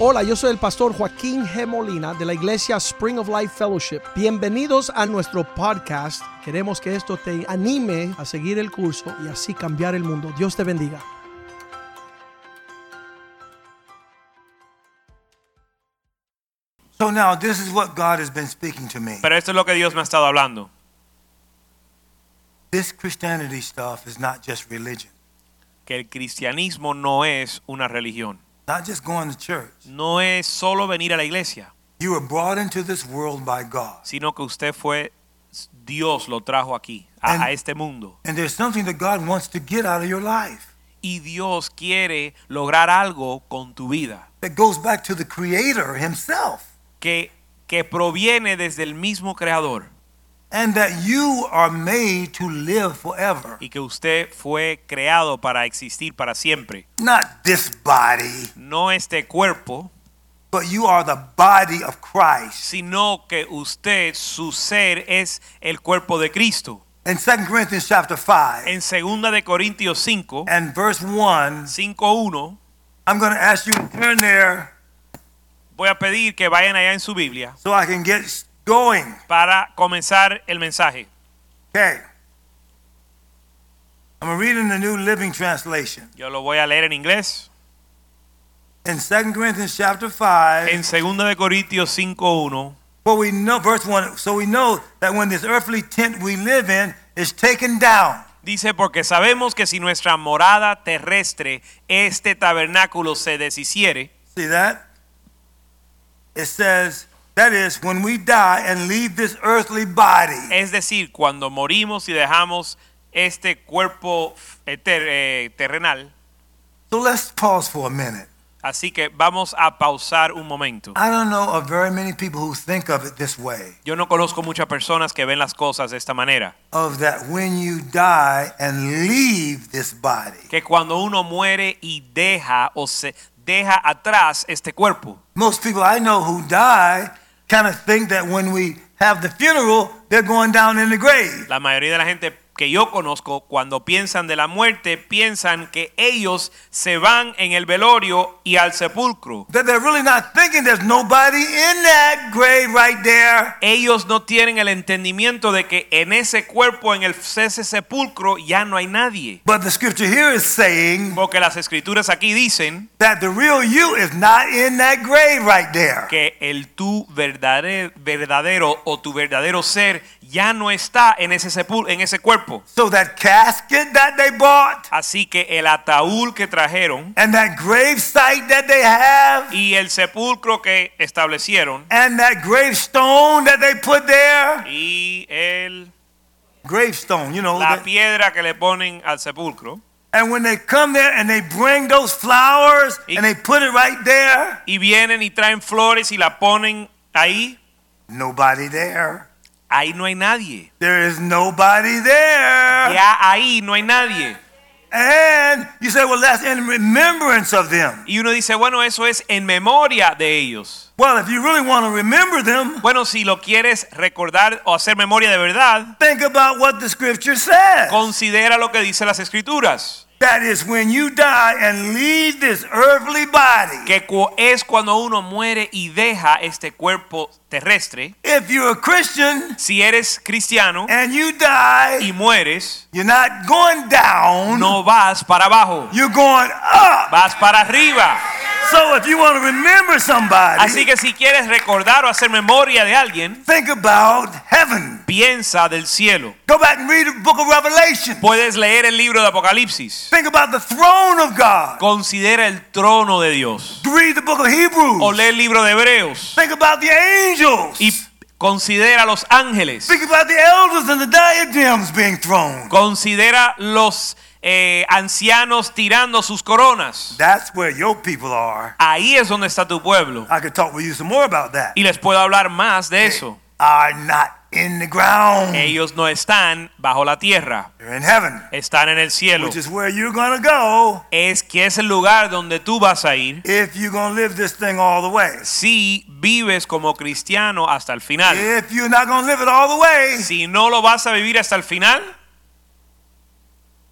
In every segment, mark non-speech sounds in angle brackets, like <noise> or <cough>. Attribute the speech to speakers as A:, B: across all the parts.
A: Hola, yo soy el pastor Joaquín G. Molina de la iglesia Spring of Life Fellowship. Bienvenidos a nuestro podcast. Queremos que esto te anime a seguir el curso y así cambiar el mundo. Dios te bendiga.
B: So now, this is what God has been speaking to me.
C: Pero esto es lo que Dios me ha estado hablando.
B: This Christianity stuff is not just religion,
C: Que el cristianismo no es una religión.
B: not just going to church.
C: No es solo venir a la iglesia,
B: You were brought into this world by God.
C: sino que usted fue, Dios lo trajo aquí, a, a este mundo.
B: And there's something that God wants to get out of your life
C: Y Dios quiere lograr algo con tu vida
B: that goes back to the Creator Himself,
C: que, que proviene desde el mismo creador
B: and that you are made to live forever.
C: y que usted fue creado para existir para siempre.
B: Not this body,
C: No este cuerpo,
B: but you are the body of Christ.
C: sino que usted, su ser es el cuerpo de Cristo.
B: In 2 Corinthians chapter 5
C: En 2 de Corintios 5,
B: and verse 1,
C: 5.1,
B: I'm going to ask you to turn there
C: voy a pedir que vayan allá en su Biblia
B: so I can get going.
C: para comenzar el mensaje.
B: Okay. I'm reading the New Living Translation.
C: Yo lo voy a leer en inglés.
B: In 2 Corinthians chapter 5,
C: En 2 de Corintios 5.1,
B: for we know verse 1, so we know that when this earthly tent we live in is taken down,
C: dice, porque sabemos que si nuestra morada terrestre, este tabernáculo, se deshiciere,
B: see that? It says, that is, when we die and leave this earthly body,
C: es decir, cuando morimos y dejamos este cuerpo eter- eh, terrenal,
B: So let's pause for a minute.
C: así que vamos a pausar un momento.
B: I don't know of very many people who think of it this way
C: Yo no conozco muchas personas que ven las cosas de esta manera,
B: of that when you die and leave this body.
C: que cuando uno muere y deja o se deja atrás este cuerpo.
B: Most people I know who die kind of think that when we have the funeral, they're going down in the grave.
C: La mayoría de la gente que yo conozco, cuando piensan de la muerte, piensan que ellos se van en el velorio y al sepulcro.
B: That they're really not thinking there's nobody in that grave right there.
C: Ellos no tienen el entendimiento de que en ese cuerpo, en el ese sepulcro, ya no hay nadie.
B: But the scripture here is saying
C: Porque las escrituras aquí dicen
B: that the real you is not in that grave right there.
C: que el tú verdadero, verdadero o tu verdadero ser ya no está en ese, sepul- en ese cuerpo.
B: So that casket that they bought
C: Así que el ataúd que trajeron
B: and that grave site that they have
C: y el sepulcro que establecieron
B: and that gravestone that they put there.
C: y el,
B: Gravestone, you know.
C: la
B: that-
C: piedra que le ponen al sepulcro
B: and when they come there and they bring those flowers and they put it right there.
C: y vienen y traen flores y la ponen ahí,
B: Nobody there.
C: ahí no hay nadie.
B: There is nobody there.
C: Ya ahí no hay nadie.
B: And you say, well, that's in remembrance of them.
C: Y uno dice, bueno, eso es en memoria de ellos.
B: Well, if you really want to remember them,
C: Bueno, si lo quieres recordar o hacer memoria de verdad,
B: think about what the scripture says.
C: considera lo que dice las escrituras,
B: That is when you die and leave this earthly body.
C: que cu- es cuando uno muere y deja este cuerpo terrestre.
B: If you're a Christian
C: Si eres cristiano
B: and you
C: y
B: die,
C: mueres,
B: you're not going down,
C: no vas para abajo,
B: you're going up.
C: vas para arriba.
B: So if you want to remember
C: Así
B: somebody,
C: que si quieres recordar o hacer memoria de alguien,
B: think about heaven.
C: piensa del cielo.
B: Go back and read the book of Revelation.
C: Puedes leer el libro de Apocalipsis.
B: Think about the throne of God.
C: Considera el trono de Dios.
B: Read the book of Hebrews.
C: O lee el libro de Hebreos.
B: Think about the angels.
C: Y considera los ángeles.
B: Think about the elders and the diadems being thrown.
C: Considera los eh, ancianos tirando sus coronas.
B: That's where your people are.
C: Ahí es donde está tu pueblo.
B: I could talk with you some more about that.
C: Y les puedo hablar más de E- eso.
B: Are not in the ground.
C: Ellos no están bajo la tierra,
B: You're in heaven,
C: están en el cielo.
B: which is where you're gonna go
C: Es que es el lugar donde tú vas a ir
B: if you're gonna live this thing all the way.
C: si vives como cristiano hasta el final.
B: If you're not gonna live it all the way,
C: Si no lo vas a vivir hasta el final,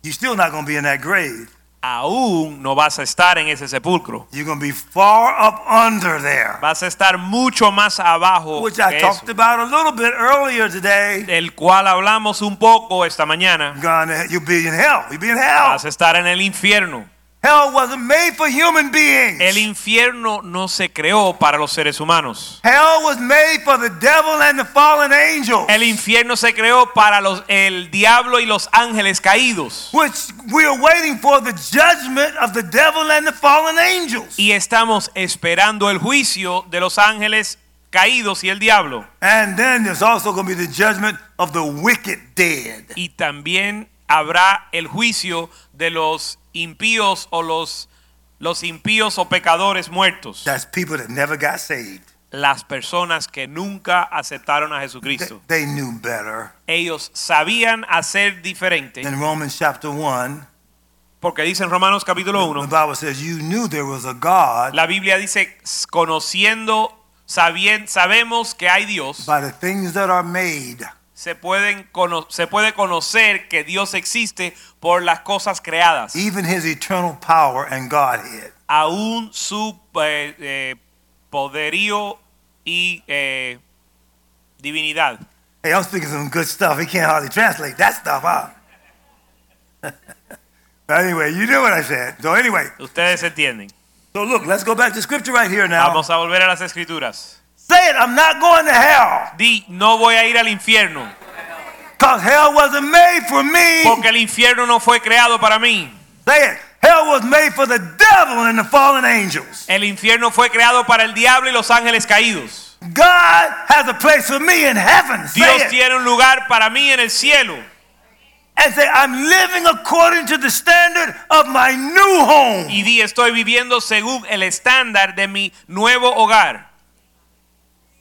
B: you're still not gonna be in that grave.
C: aún no vas a estar en ese sepulcro.
B: You're going to be far up under there,
C: Vas a estar mucho más abajo
B: which
C: que
B: I
C: eso,
B: talked about a little bit earlier today.
C: del cual hablamos un poco esta mañana.
B: You're gonna, you'll be in hell. You'll be in hell.
C: Vas a estar en el infierno.
B: Hell wasn't made for human beings.
C: El infierno no se creó para los seres humanos.
B: Hell was made for the devil and the fallen angels,
C: El infierno se creó para los, el diablo y los ángeles caídos.
B: which we are waiting for the judgment of the devil and the fallen angels.
C: Y estamos esperando el juicio de los ángeles caídos y el diablo.
B: And then there's also going to be the judgment of the wicked dead.
C: Y también habrá el juicio de los impíos o los, los impíos o pecadores muertos.
B: That's people that never got saved.
C: Las personas que nunca aceptaron a
B: They,
C: Jesucristo.
B: they knew better.
C: Ellos sabían hacer diferente.
B: In Romans chapter 1,
C: Porque dice en Romanos capítulo
B: the
C: 1.
B: Bible says, You knew there was a God
C: La Biblia dice, conociendo, sabien- sabemos que hay Dios,
B: by the things that are made.
C: se, pueden cono- se puede conocer que Dios existe por las cosas creadas,
B: even his eternal power and Godhead.
C: aún su eh, eh, poderío y eh, divinidad.
B: Hey, I'm speaking some good stuff. He can't hardly translate that stuff out. <laughs> but anyway, you knew what I said. So anyway,
C: Ustedes entienden.
B: so look, let's go back to scripture right here now.
C: Vamos a volver a las escrituras.
B: Say it, I'm not going to hell.
C: Di, no voy a ir al infierno,
B: Because hell wasn't made for me.
C: porque el infierno no fue creado para mí.
B: Say it. Hell was made for the devil and the fallen angels.
C: El infierno fue creado para el diablo y los ángeles caídos.
B: God has a place for me in heaven. Say
C: Dios
B: it.
C: tiene un lugar para mí en el cielo.
B: And say, I'm living according to the standard of my new home.
C: Y di, estoy viviendo según el estándar de mi nuevo hogar.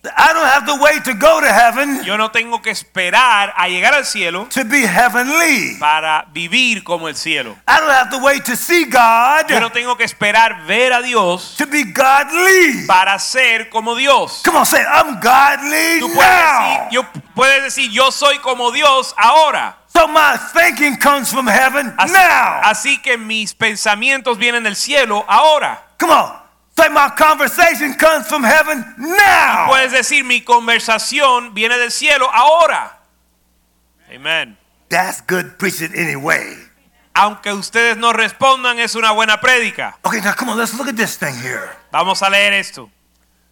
B: I don't have to wait to go to heaven
C: Yo no tengo que esperar a llegar al cielo
B: to be heavenly.
C: para vivir como el cielo.
B: I don't have to wait to see God
C: Yo no tengo que esperar ver a Dios
B: to be godly.
C: para ser como Dios.
B: Come on, say, I'm godly
C: Tú puedes decir,
B: now.
C: yo, puedes decir, yo soy como Dios ahora.
B: So my thinking comes from heaven
C: Así,
B: now.
C: así que mis pensamientos vienen del cielo ahora.
B: Come on. Say, my conversation comes from heaven now.
C: Puedes decir, mi conversación viene del cielo ahora. Amén.
B: That's good preaching anyway.
C: Aunque ustedes no respondan, es una buena prédica.
B: Okay, now come on, let's look at this thing here.
C: Vamos a leer esto.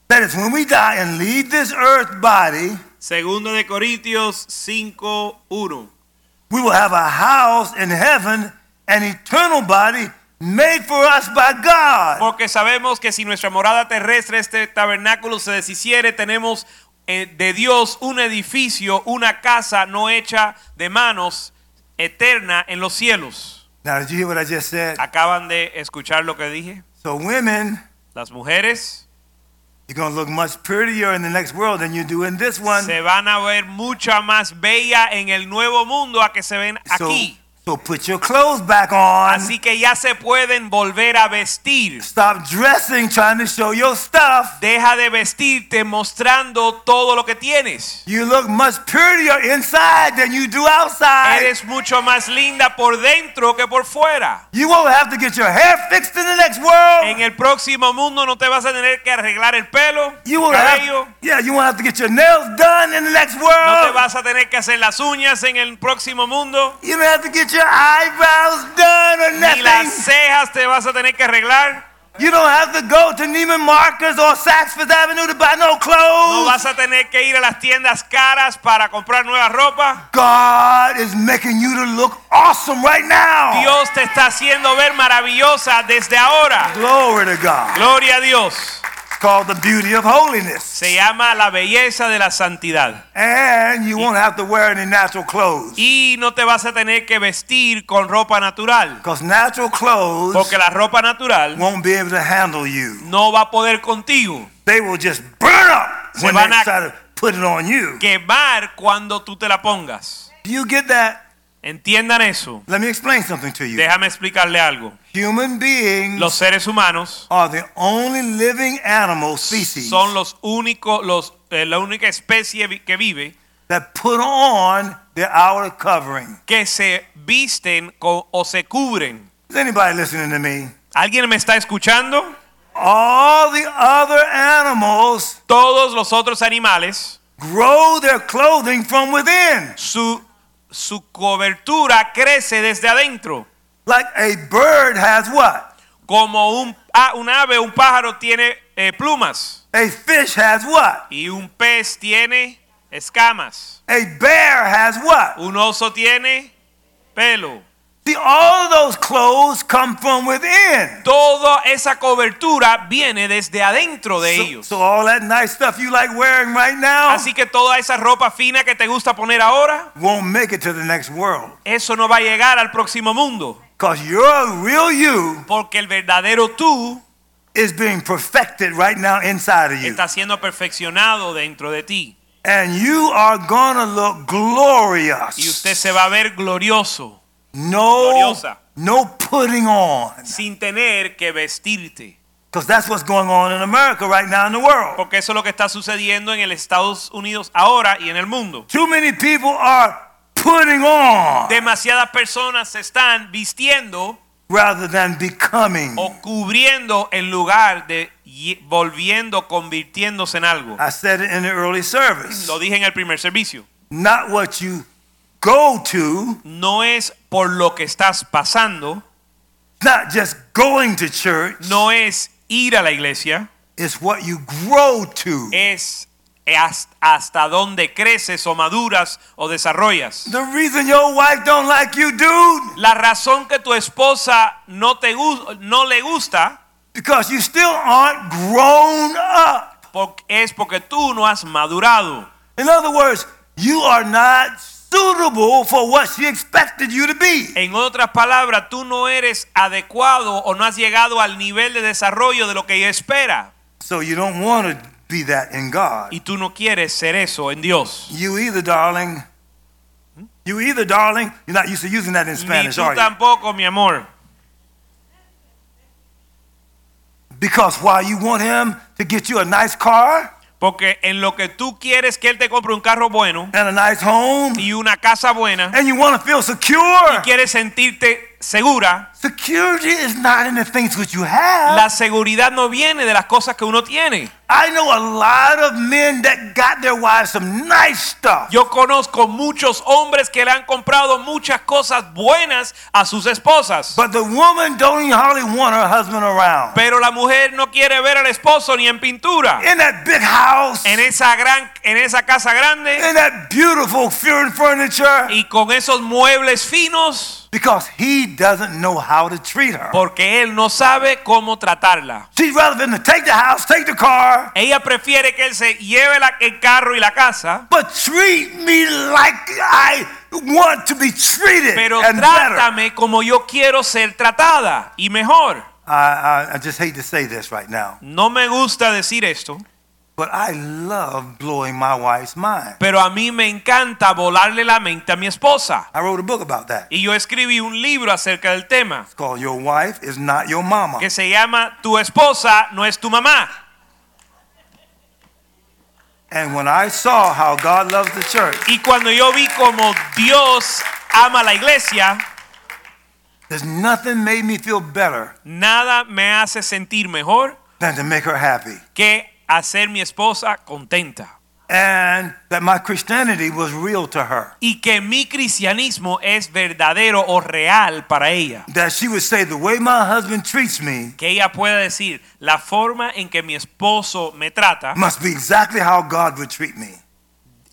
B: That is, when we die and leave this earth body,
C: Segundo de Corintios 5:1.
B: we will have a house in heaven, an eternal body made for us by God.
C: Porque sabemos que si nuestra morada terrestre, este tabernáculo se deshiciere, tenemos eh, de Dios un edificio, una casa no hecha de manos, eterna en los cielos.
B: Now, did you hear what I just said?
C: Acaban de escuchar lo que dije.
B: So, women,
C: Las mujeres
B: you're going to look much prettier in the next world than you do in this one.
C: se van a ver mucha más bella en el nuevo mundo a que se ven
B: So,
C: aquí.
B: so put your clothes back on.
C: Así que ya se pueden volver a vestir.
B: Stop dressing, trying to show your stuff.
C: Deja de vestirte mostrando todo lo que tienes.
B: You look much prettier inside than you do outside.
C: Eres mucho más linda por dentro que por fuera.
B: you won't have to get your hair fixed in the next world.
C: En el próximo mundo no te vas a tener que arreglar el pelo,
B: you
C: el
B: won't
C: cabello.
B: have, yeah, you won't have to get your nails done in the next world.
C: No te vas a tener que hacer las uñas en el próximo mundo.
B: you don't have to get your eyebrows done or
C: Ni
B: nothing.
C: las cejas te vas a tener que arreglar.
B: You don't have to go to Neiman Marcus or Saks Fifth Avenue to buy no
C: No
B: clothes.
C: vas a tener que ir a las tiendas caras para comprar nueva ropa.
B: God is making you to look awesome right now.
C: Dios te está haciendo ver maravillosa desde ahora.
B: Glory to God.
C: Gloria a Dios.
B: It's called the beauty of holiness.
C: Se llama la belleza de la santidad.
B: And you won't have to wear any natural clothes.
C: Y no te vas a tener que vestir con ropa natural.
B: Because natural clothes
C: Porque la ropa natural
B: won't be able to handle you.
C: no va a poder contigo.
B: They will just burn up
C: Se
B: when they
C: van a-
B: try to put it on you.
C: Quemar cuando tú te la pongas.
B: Do you get that?
C: Entiendan eso.
B: Let me explain something to you.
C: Déjame explicarle algo.
B: Human beings
C: Los seres humanos
B: are the only living animal species
C: son los únicos, los, eh, la única especie vi- que vive
B: that put on their outer covering.
C: que se visten co- o se cubren.
B: Is anybody listening to me?
C: ¿Alguien me está escuchando?
B: All the other animals
C: Todos los otros animales,
B: grow their clothing from within.
C: su, su cobertura crece desde adentro.
B: Like a bird has what?
C: Como un, ah, un ave, un pájaro tiene eh, plumas
B: A fish has what?
C: y un pez tiene escamas.
B: A bear has what?
C: Un oso tiene pelo.
B: See, all of those clothes come from within.
C: Toda esa cobertura viene desde adentro de
B: So,
C: ellos.
B: so all that nice stuff you like wearing right now
C: Así que toda esa ropa fina que te gusta poner ahora,
B: won't make it to the next world.
C: eso no va a llegar al próximo mundo.
B: Because your real you
C: Porque el verdadero tú
B: is being perfected right now inside of you.
C: está siendo perfeccionado dentro de ti.
B: And you are going to look glorious.
C: Y usted se va a ver glorioso
B: no,
C: gloriosa.
B: no putting on.
C: sin tener que vestirte.
B: Because that's what's going on in America right now in the world.
C: Porque eso es lo que está sucediendo en el Estados Unidos ahora y en el mundo.
B: Too many people are putting on
C: Demasiadas personas se están vistiendo
B: rather than becoming.
C: o cubriendo en lugar de y- volviendo, convirtiéndose en algo.
B: I said it in the early service.
C: Lo dije en el primer servicio.
B: Not what you go to,
C: No es por lo que estás pasando,
B: not just going to church,
C: no es ir a la iglesia,
B: it's what you grow to.
C: Eh. es hasta, hasta dónde creces o maduras o desarrollas.
B: The reason your wife don't like you, dude,
C: La razón que tu esposa no, te, gu- no le gusta
B: because you still aren't grown up.
C: por- es porque tú no has madurado.
B: In other words, you are not suitable for what she expected you to be.
C: En otras palabras, tú no eres adecuado o no has llegado al nivel de desarrollo de lo que ella espera.
B: So you don't want to be that in God.
C: Y tú no quieres ser eso en Dios.
B: You either, darling. You either, darling. You're not used to using that in
C: Ni
B: Spanish,
C: tú
B: are you?
C: tampoco, mi amor.
B: Because while you want him to get you a nice car
C: Porque en lo que tú quieres que él te compre un carro bueno
B: and a nice home,
C: y una casa buena
B: and you want to feel
C: y
B: secure,
C: quieres sentirte segura,
B: security is not in the things which you have.
C: la seguridad no viene de las cosas que uno tiene.
B: I know a lot of men that got their wives some nice stuff.
C: Yo conozco muchos hombres que le han comprado muchas cosas buenas a sus esposas.
B: But the woman don't even hardly want her husband around.
C: Pero la mujer no quiere ver al esposo ni en pintura.
B: In that big house,
C: En esa gran, en esa casa grande
B: in that beautiful fearing furniture,
C: y con esos muebles finos,
B: because he doesn't know how to treat her.
C: porque él no sabe cómo tratarla.
B: She's rather than to take the house, take the car,
C: Ella prefiere que él se lleve la- el carro y la casa,
B: but treat me like I want to be treated
C: pero
B: and better.
C: trátame como yo quiero ser tratada y mejor.
B: I, I, I just hate to say this right now,
C: No me gusta decir esto,
B: but I love blowing my wife's mind.
C: pero a mí me encanta volarle la mente a mi esposa.
B: I wrote a book about that.
C: Y yo escribí un libro acerca del tema
B: It's called Your Wife Is Not Your Mama.
C: que se llama Tu esposa no es tu mamá.
B: And when I saw how God loves the church,
C: Y cuando yo vi como Dios ama a la iglesia,
B: there's nothing made me feel better
C: nada me hace sentir mejor
B: than to make her happy.
C: que hacer mi esposa contenta.
B: And that my Christianity was real to her.
C: Y que mi cristianismo es verdadero o real para ella.
B: That she would say, The way my husband treats me
C: Que ella pueda decir, la forma en que mi esposo me trata
B: must be exactly how God would treat me.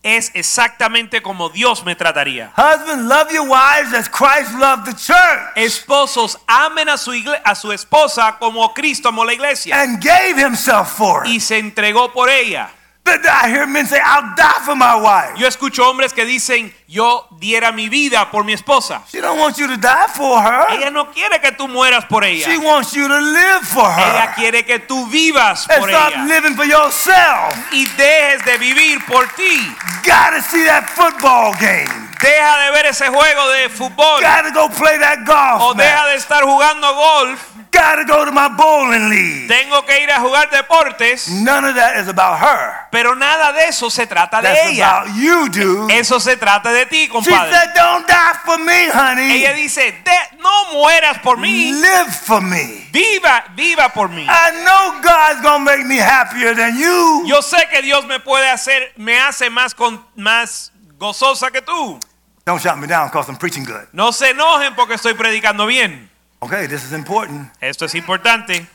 C: es exactamente como Dios me trataría.
B: Husband, love your wives as Christ loved the church
C: Esposos, amen a su, igle- a su esposa como Cristo amó la iglesia.
B: and gave himself for her.
C: Y se entregó por ella.
B: But I hear men say, I'll die for my wife.
C: Yo escucho hombres que dicen, yo diera mi vida por mi esposa.
B: She don't want you to die for her.
C: Ella no quiere que tú mueras por ella.
B: She wants you to live for
C: Ella
B: her.
C: quiere que tú vivas
B: And
C: por
B: stop
C: ella
B: living for yourself.
C: y dejes de vivir por ti.
B: Gotta see that football game.
C: Deja de ver ese juego de fútbol
B: Gotta go play that golf.
C: o
B: match.
C: deja de estar jugando golf
B: gotta go to my bowling league.
C: Tengo que ir a jugar deportes,
B: None of that is about her.
C: pero nada de eso se trata de
B: That's
C: ella.
B: about you, dude.
C: Eso se trata de ti,
B: She
C: compadre.
B: said, Don't die for me, honey.
C: Ella dice, "De- no mueras por mí,
B: Live for me.
C: viva, viva por mí.
B: I know God's gonna make me happier than you.
C: Yo sé que Dios me puede hacer, me hace más, con- más gozosa que tú.
B: Don't shout me down because I'm preaching good.
C: No se enojen porque estoy predicando bien.
B: Okay, this is important.
C: Esto es importante.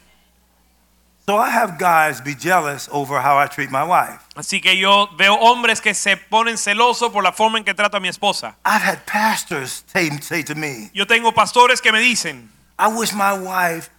B: So I have guys be jealous over how I treat my wife.
C: Así que yo veo hombres que se ponen celosos por la forma en que trato a mi esposa.
B: I've had pastors say, say to me,
C: Yo tengo pastores que me dicen,
B: I wish my wife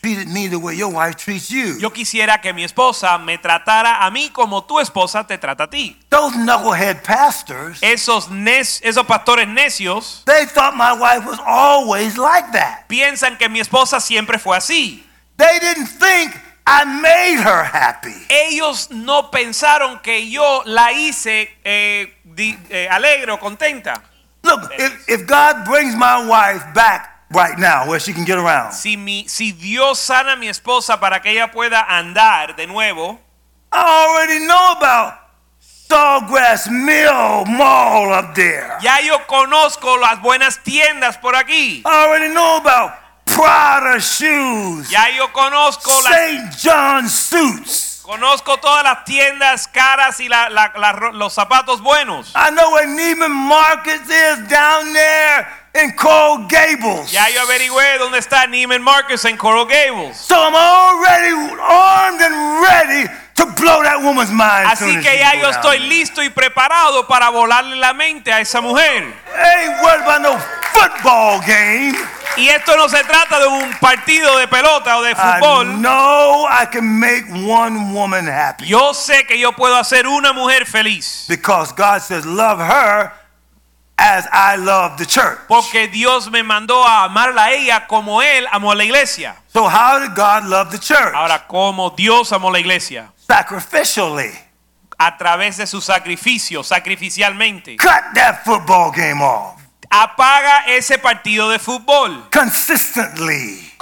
B: treated me the way your wife treats you.
C: yo quisiera que mi esposa me tratara a mí como tu esposa te trata a ti.
B: Those knucklehead pastors,
C: Esos, nec- esos pastores necios
B: they thought my wife was always like that.
C: piensan que mi esposa siempre fue así.
B: They didn't think I made her happy.
C: Ellos no pensaron que yo la hice eh, di- eh, alegre o contenta.
B: Look, if, if God brings my wife back right now where she can get around,
C: Si, mi, si Dios sana a mi esposa para que ella pueda andar de nuevo,
B: I already know about Sawgrass Mill Mall up there.
C: ya yo conozco las buenas tiendas por aquí.
B: I already know about Prada shoes,
C: Ya yo conozco las,
B: St. John suits.
C: conozco todas las tiendas caras y la- la- la ro- los zapatos buenos.
B: I know where Neiman Marcus is down there in Coral Gables.
C: Ya yo averigüé dónde está Neiman Marcus en Coral Gables.
B: So I'm already armed and ready to blow that woman's mind. soon
C: Así
B: as
C: que
B: she
C: ya
B: go
C: yo
B: down
C: estoy
B: there.
C: listo y preparado para volarle la mente a esa mujer.
B: Ain't worried about no football game.
C: Y esto no se trata de un partido de pelota o de
B: I
C: fútbol.
B: know I can make one woman happy.
C: Yo sé que yo puedo hacer una mujer feliz.
B: Because God says, love her as I love the church.
C: Porque Dios me mandó a amarla a ella como Él amó a la iglesia.
B: So how did God love the church?
C: Ahora, como Dios amó a la iglesia.
B: Sacrificially.
C: A través de su sacrificio, sacrificialmente.
B: Cut that football game off.
C: Apaga ese partido de fútbol
B: Consistently.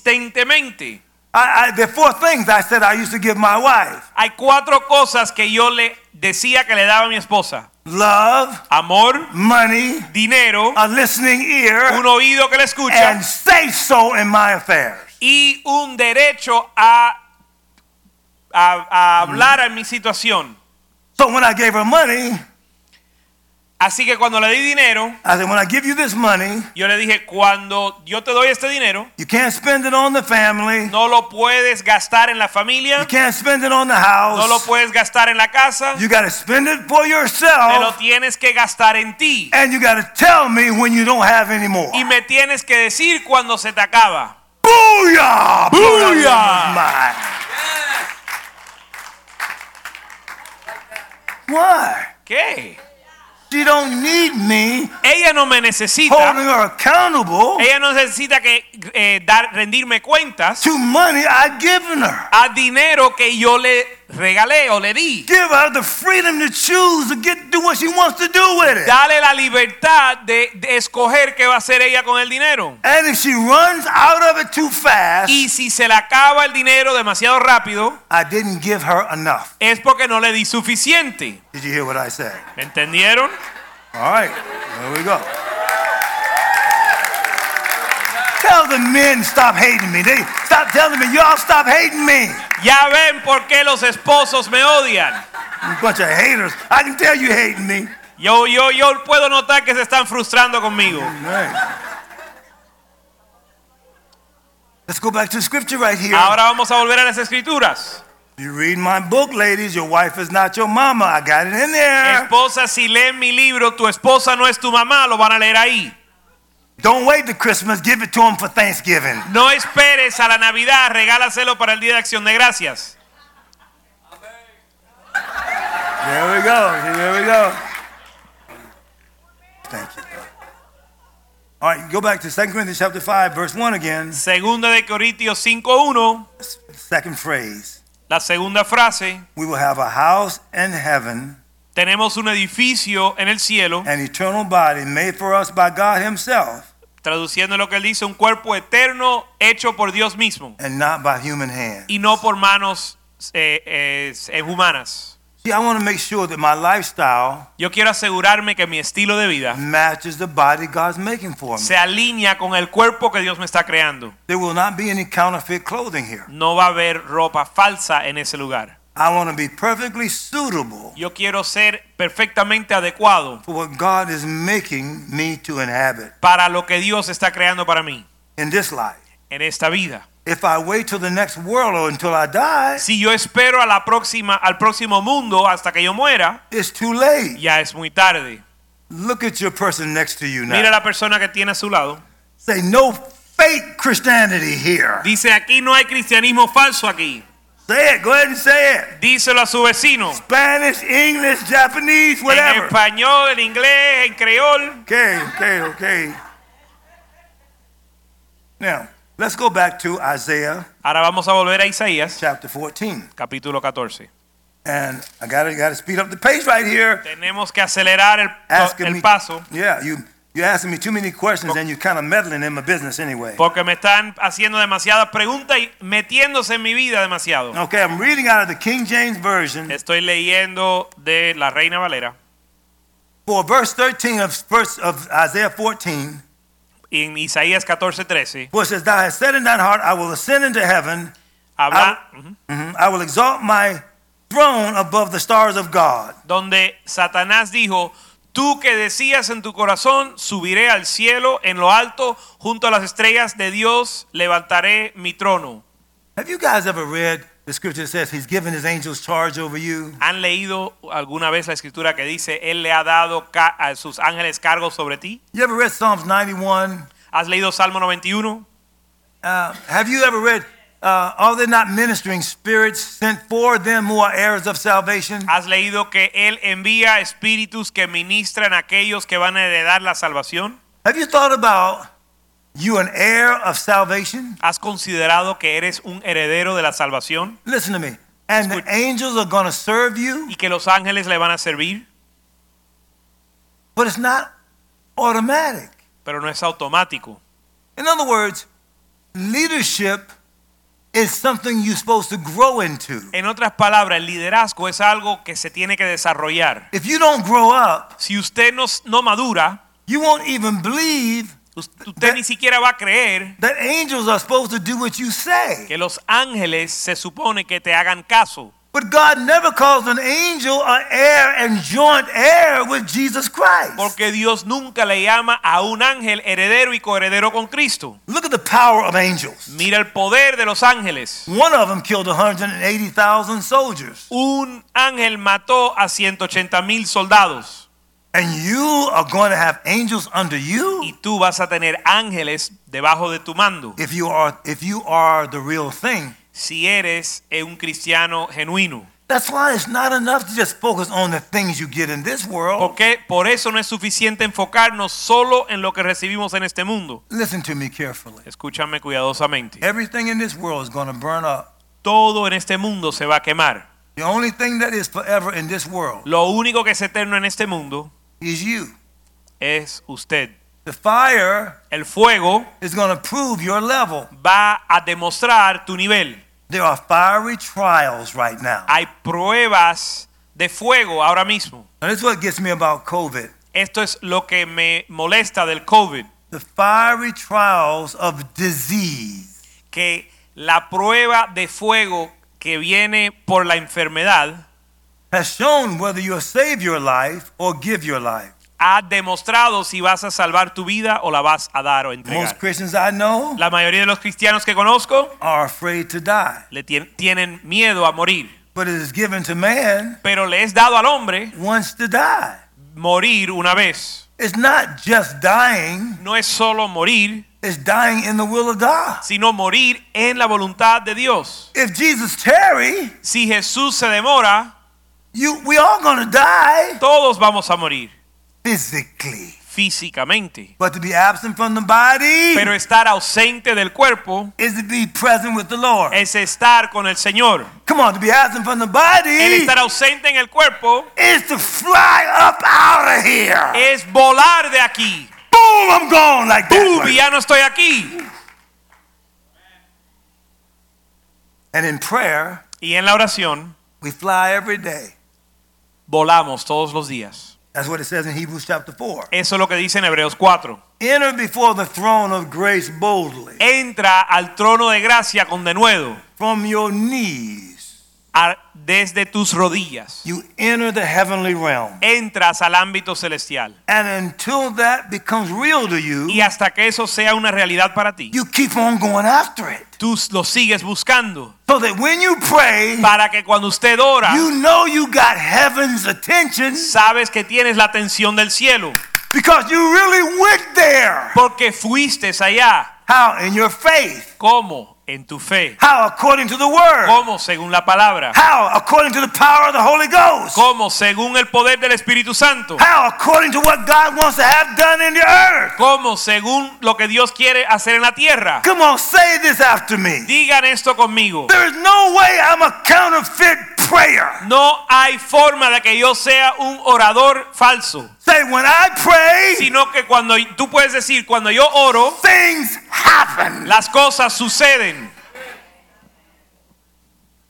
C: consistentemente.
B: I, I, there are four things I said I used to give my wife.
C: Hay cuatro cosas que yo le decía que le daba a mi esposa.
B: Love,
C: Amor,
B: money,
C: dinero,
B: a listening ear,
C: un oído que le escucha
B: and say so in my affairs.
C: y un derecho a, a- a hablar a mi situación.
B: So when I gave her money,
C: Así que cuando le di dinero,
B: I said, when I give you this money,
C: yo le dije, cuando yo te doy este dinero,
B: you can't spend it on the family.
C: no lo puedes gastar en la
B: You
C: familia,
B: can't spend it on the
C: no lo
B: house.
C: puedes gastar en la casa,
B: You got to spend it for
C: te lo
B: yourself.
C: tienes que gastar en ti.
B: And you got to tell me when you don't have any more.
C: Y me tienes que decir cuando se te acaba.
B: Booyah!
C: Booyah!
B: Mine. Why?
C: ¿Qué?
B: She don't need me
C: Ella no me necesita.
B: holding her accountable
C: Ella no necesita que eh, dar, rendirme cuentas
B: to money I've given her.
C: a dinero que yo le regalé o le di.
B: Give her the freedom to choose to get do what she wants to do with it.
C: Dale la libertad de, de escoger qué va a hacer ella con el dinero.
B: And if she runs out of it too fast,
C: Y si se le acaba el dinero demasiado rápido,
B: I didn't give her enough.
C: es porque no le di suficiente.
B: Did you hear what I said?
C: ¿Me entendieron?
B: All right, there we go. Tell the men stop hating me. They stop telling me y'all stop hating me.
C: Ya ven por qué los esposos me odian.
B: You bunch of haters. I can tell you hating me.
C: Yo, yo, yo puedo notar que se están frustrando conmigo.
B: All right. Let's go back to the scripture right here.
C: Ahora vamos a volver a las escrituras.
B: You read my book, ladies. Your wife is not your mama. I got it in there.
C: Esposa, si leen mi libro, tu esposa no es tu mamá, lo van a leer ahí.
B: Don't wait to Christmas. Give it to them for Thanksgiving.
C: No esperes a la Navidad, regálaselo para el Día de Acción de Gracias.
B: There we go. There we go. Thank you. All right, go back to 2 Corinthians chapter 5, verse 1 again.
C: Segunda de Corintios 5.1,
B: Second phrase.
C: la segunda frase.
B: We will have a house in heaven,
C: Tenemos un edificio en el cielo,
B: an eternal body made for us by God Himself.
C: Traduciendo lo que él dice, un cuerpo eterno hecho por Dios mismo
B: and not by human hand.
C: y no por manos eh, eh, eh, humanas.
B: See, I want to make sure that my lifestyle
C: Yo quiero asegurarme que mi estilo de vida
B: matches the body God's making for me.
C: se alinea con el cuerpo que Dios me está creando.
B: There will not be any counterfeit clothing here.
C: No va a haber ropa falsa en ese lugar.
B: I want to be perfectly suitable
C: Yo quiero ser perfectamente adecuado
B: for what God is making me to inhabit
C: para lo que Dios está creando para mí
B: in this life.
C: en esta vida.
B: If I wait till the next world or until I die,
C: Si yo espero a la próxima, al próximo mundo hasta que yo muera,
B: it's too late.
C: ya es muy tarde.
B: Look at your person next to you now.
C: Mira la persona que tiene a su lado.
B: Say, no fake Christianity here.
C: Dice, aquí no hay cristianismo falso aquí.
B: Say it. Go ahead and say it.
C: Díselo a su vecino.
B: Spanish, English, Japanese,
C: En
B: whatever.
C: español, en inglés, en creol.
B: Okay, okay, okay. Now, let's go back to Isaiah
C: Ahora vamos a volver a Isaías,
B: chapter 14.
C: capítulo 14.
B: And I gotta gotta speed up the pace right here.
C: Tenemos que acelerar el,
B: Asking
C: el
B: me
C: paso
B: Yeah, you you're asking me too many questions and you're kinda meddling in my business anyway.
C: porque me están haciendo demasiadas preguntas y metiéndose en mi vida demasiado.
B: Okay, I'm reading out of the King James Version
C: Estoy leyendo de la Reina Valera.
B: for verse 13 of first of Isaiah 14,
C: Y en Isaías 14, 13.
B: where it says, Thou hast said in thine heart, I will ascend into heaven,
C: Habla, Ujú.
B: mhm, I will exalt my throne above the stars of God.
C: donde Satanás dijo, tú que decías en tu corazón, subiré al cielo en lo alto, junto a las estrellas de Dios, levantaré mi trono.
B: Have you guys ever read the scripture that says he's given his angels charge over you?
C: ¿Han leído alguna vez la escritura que dice, Él le ha dado ca- a sus ángeles cargo sobre ti?
B: You ever read Psalms 91?
C: ¿Has leído Salmo 91?
B: Uh, have you ever read, uh, are they not ministering spirits sent for them who are heirs of salvation?
C: ¿Has leído que Él envía espíritus que ministran a aquellos que van a heredar la salvación?
B: Have you thought about you an heir of salvation?
C: ¿Has considerado que eres un heredero de la salvación
B: Listen to me. And the angels are going to serve you,
C: y que los ángeles le van a servir?
B: but it's not automatic.
C: Pero no es automático.
B: In other words, leadership is something you're supposed to grow into.
C: En otras palabras, el liderazgo es algo que se tiene que desarrollar.
B: If you don't grow up,
C: Si usted no, no madura,
B: you won't even believe
C: us- usted ni siquiera va a creer
B: that angels are supposed to do what you say.
C: que los ángeles se supone que te hagan caso.
B: But God never calls an angel an heir and joint heir with Jesus Christ.
C: Porque Dios nunca le llama a un ángel heredero y coheredero con Cristo.
B: Look at the power of angels.
C: Mira el poder de los ángeles.
B: One of them killed 180,000 soldiers.
C: Un ángel mató a 180 mil soldados.
B: And you are going to have angels under you
C: Y tú vas a tener ángeles debajo de tu mando
B: if you are if you are the real thing.
C: si eres eh, un cristiano genuino.
B: That's why it's not enough to just focus on the things you get in this world.
C: Porque por eso no es suficiente enfocarnos solo en lo que recibimos en este mundo.
B: Listen to me carefully.
C: Escúchame cuidadosamente.
B: Everything in this world is going to burn up.
C: Todo en este mundo se va a quemar.
B: The only thing that is forever in this world
C: Lo único que es eterno en este mundo
B: is you.
C: es usted.
B: The fire
C: El fuego
B: is going to prove your level.
C: va a demostrar tu nivel.
B: There are fiery trials right now.
C: Hay pruebas de fuego ahora mismo.
B: Now, this is what gets me about COVID.
C: Esto es lo que me molesta del COVID,
B: The fiery trials of disease.
C: que la prueba de fuego que viene por la enfermedad
B: Has shown whether you'll save your life or give your life.
C: ha demostrado si vas a salvar tu vida o la vas a dar o
B: Most
C: entregar.
B: Christians I know
C: La mayoría de los cristianos que conozco
B: are afraid to die,
C: le tien- tienen miedo a morir,
B: but it is given to man
C: pero le es dado al hombre
B: once to die.
C: morir una vez.
B: It's not just dying,
C: No es solo morir,
B: it's dying in the will of God.
C: sino morir en la voluntad de Dios.
B: If Jesus tarry,
C: Si Jesús se demora,
B: you we all gonna die
C: todos vamos a morir
B: physically.
C: físicamente.
B: But to be absent from the body
C: Pero estar ausente del cuerpo
B: is to be present with the Lord.
C: es estar con el Señor.
B: Come on, to be absent from the
C: El
B: body
C: estar ausente en el cuerpo
B: is to fly up out of here.
C: es volar de aquí.
B: boom, I'm gone like that.
C: ¡Pum!
B: right?
C: Y ya no estoy aquí.
B: And in prayer,
C: Y en la oración
B: we fly every day.
C: volamos todos los días.
B: That's what it says in Hebrews chapter 4.
C: Eso es lo que dice en Hebreos 4.
B: Enter before the throne of grace boldly.
C: Entra al trono de gracia con denuedo
B: From your knees,
C: a- desde tus rodillas.
B: you enter the heavenly realm.
C: Entras al ámbito celestial.
B: And until that becomes real to
C: Y
B: you,
C: hasta que eso sea una realidad para ti,
B: you keep on going after it.
C: tú lo sigues buscando.
B: So that when you pray,
C: Para que cuando usted ora,
B: you know you got heaven's attention
C: sabes que tienes la atención del cielo.
B: because you really went there.
C: Porque fuiste allá.
B: How? In your faith.
C: ¿Cómo? En tu fe.
B: How? According to the word.
C: ¿Cómo? Según la palabra.
B: How? According to the power of the Holy Ghost.
C: ¿Cómo? Según el poder del Espíritu Santo.
B: How? According to what God wants to have done in the earth.
C: ¿Cómo? Según lo que Dios quiere hacer en la tierra.
B: Come on, say this after me.
C: Digan esto conmigo.
B: There is no way I'm a counterfeit prayer.
C: No hay forma de que yo sea un orador falso,
B: Say, when I pray,
C: sino que cuando tú puedes decir, cuando yo oro,
B: things happen.
C: las cosas suceden.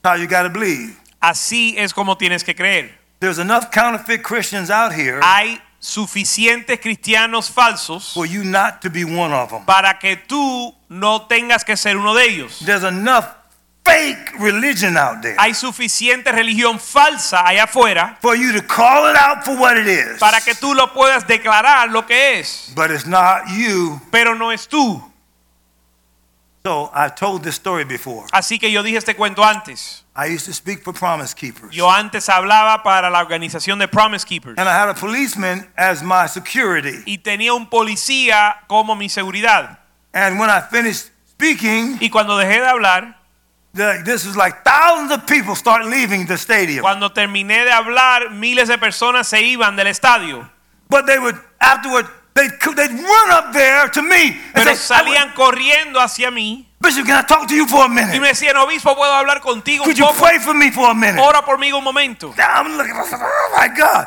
B: How you got to believe.
C: Así es como tienes que creer.
B: There's enough counterfeit Christians out here
C: Hay suficientes cristianos falsos
B: for you not to be one of them.
C: para que tú no tengas que ser uno de ellos.
B: There's enough fake religion out there
C: Hay suficiente religión falsa allá afuera
B: for you to call it out for what it is.
C: para que tú lo puedas declarar lo que es,
B: But it's not you.
C: pero no es tú.
B: So I've told this story before.
C: Así que yo dije este cuento antes.
B: I used to speak for Promise Keepers.
C: Yo antes hablaba para la organización de Promise Keepers.
B: And I had a policeman as my security.
C: y tenía un policía como mi seguridad.
B: And when I finished speaking,
C: Y cuando dejé de hablar,
B: the, this is like thousands of people start leaving the stadium.
C: cuando terminé de hablar, miles de personas se iban del estadio.
B: But they would, afterward, they'd, co- they'd run up there to me and say, "I
C: Pero salían corriendo hacia mí
B: would- Bishop, can I talk to you for a
C: y
B: minute?
C: me decían, obispo, ¿puedo hablar contigo un
B: Could you
C: poco?
B: pray for me for a minute?
C: Ora por mí un momento.
B: Now I'm looking, I said, oh my God.